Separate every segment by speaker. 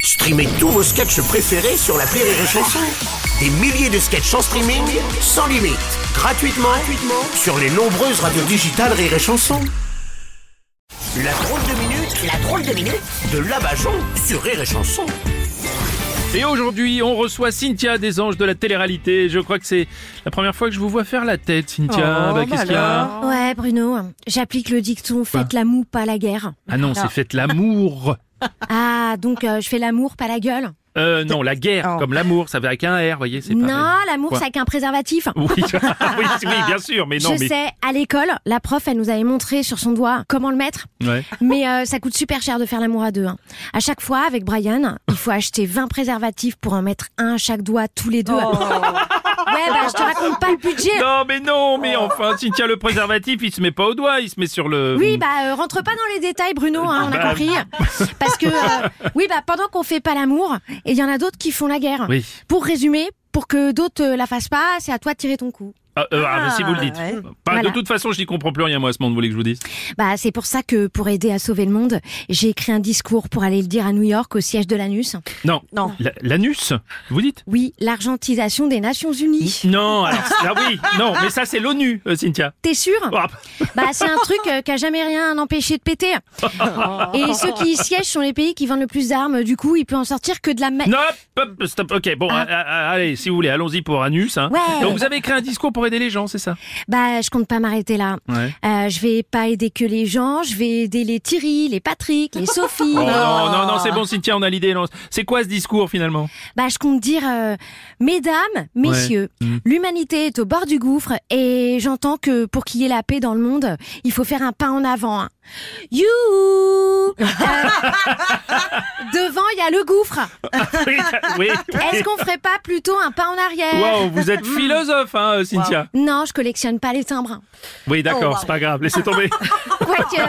Speaker 1: Streamez tous vos sketchs préférés sur la Rire et Chanson. Des milliers de sketchs en streaming, sans limite, gratuitement, gratuitement sur les nombreuses radios digitales Rire et Chanson. La drôle de minute, la drôle de minute de Labajon sur Rire et Chanson.
Speaker 2: Et aujourd'hui, on reçoit Cynthia des Anges de la télé-réalité. Je crois que c'est la première fois que je vous vois faire la tête, Cynthia.
Speaker 3: Oh,
Speaker 2: bah, qu'est-ce qu'il y a
Speaker 4: Ouais, Bruno, j'applique le dicton faites la moue, pas la guerre.
Speaker 2: Ah non, c'est faites l'amour.
Speaker 4: Ah, donc euh, je fais l'amour, pas la gueule.
Speaker 2: Euh, non, la guerre,
Speaker 3: Oh.
Speaker 2: comme l'amour, ça veut dire qu'un R, voyez, c'est pas...
Speaker 4: Non, l'amour,
Speaker 2: Quoi
Speaker 4: c'est avec un préservatif.
Speaker 2: Oui, ah oui, oui, bien sûr, mais non,
Speaker 4: je
Speaker 2: mais...
Speaker 4: sais, à l'école, la prof, elle nous avait montré sur son doigt comment le mettre,
Speaker 2: Ouais.
Speaker 4: mais euh, ça coûte super cher de faire l'amour à deux. hein. À chaque fois, avec Brian, il faut acheter 20 préservatifs pour en mettre un à chaque doigt, tous les deux. Ouais, bah je te raconte pas le budget.
Speaker 2: Non, mais non, mais enfin, Cynthia, le préservatif, il se met pas au doigt, il se met sur le...
Speaker 4: Oui, bah euh, rentre pas dans les détails, Bruno, hein, on a
Speaker 2: Bah,
Speaker 4: compris. Parce que, euh, oui, bah pendant qu'on fait pas l'amour, il y en a d'autres qui font la guerre.
Speaker 2: Oui.
Speaker 4: Pour résumer, pour que d'autres euh, la fassent pas, c'est à toi de tirer ton coup.
Speaker 2: Ah, euh, ah, si vous le dites.
Speaker 3: ouais.
Speaker 2: Pas-
Speaker 4: Voilà.
Speaker 2: De toute façon, je n'y comprends plus rien, moi, à ce monde, vous voulez que je vous dise
Speaker 4: Bah, c'est pour ça que pour aider à sauver le monde, j'ai écrit un discours pour aller le dire à New York au siège de l'ANUS.
Speaker 2: Non.
Speaker 3: Non.
Speaker 2: La- L'anus, vous dites
Speaker 4: Oui, l'argentisation des Nations Unies.
Speaker 2: Non, alors, ah oui, non, mais ça, c'est l'ONU, euh, Cynthia.
Speaker 4: T'es sûr
Speaker 2: Ah,
Speaker 4: Bah, c'est un truc euh, qui a jamais rien empêché de péter. Et ceux qui y siègent sont les pays qui vendent le plus d'armes. Du coup, il peut en sortir que de la ma-
Speaker 2: Non, hop, hop, stop. Ok, bon,
Speaker 4: Ah.
Speaker 2: a- a- allez, si vous voulez, allons-y pour Anus. Hein.
Speaker 4: Ouais.
Speaker 2: Donc vous avez écrit un discours pour aider les gens, c'est ça
Speaker 4: Bah, je compte pas m'arrêter là.
Speaker 2: Ouais.
Speaker 4: Euh, je vais pas aider que les gens, je vais aider les Thierry, les Patrick, les Sophie.
Speaker 2: Oh, non, non, non, c'est bon, Cynthia, on a l'idée. non. C'est quoi ce discours finalement
Speaker 4: Bah, je compte dire, euh, mesdames, messieurs,
Speaker 2: Mm.
Speaker 4: l'humanité est au bord du gouffre et j'entends que pour qu'il y ait la paix dans le monde, il faut faire un pas en avant. hein. You Euh, Devant, il y a le gouffre.
Speaker 2: Oui, oui.
Speaker 4: Est-ce qu'on ferait pas plutôt un pas en arrière
Speaker 2: Wow, vous êtes philosophe, hein, euh, Cynthia.
Speaker 4: Non, je collectionne pas les timbres. hein.
Speaker 2: Oui, d'accord,
Speaker 3: Oh, wow.
Speaker 2: c'est pas grave, laissez tomber.
Speaker 4: Quoique,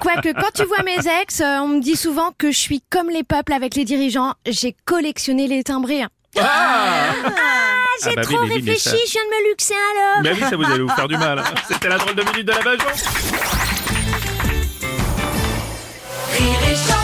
Speaker 4: quoique, quand tu vois mes ex, euh, on me dit souvent que je suis comme les peuples avec les dirigeants. J'ai collectionné les timbrés.
Speaker 2: Ah,
Speaker 4: J'ai
Speaker 2: Ah bah oui,
Speaker 4: trop
Speaker 2: mais oui, mais
Speaker 4: réfléchi,
Speaker 2: ça-
Speaker 4: je viens de me luxer alors.
Speaker 2: Bah oui, ça vous allez vous faire du mal. hein. C'était la drôle de minute de la Bajon.
Speaker 5: Rire et chanson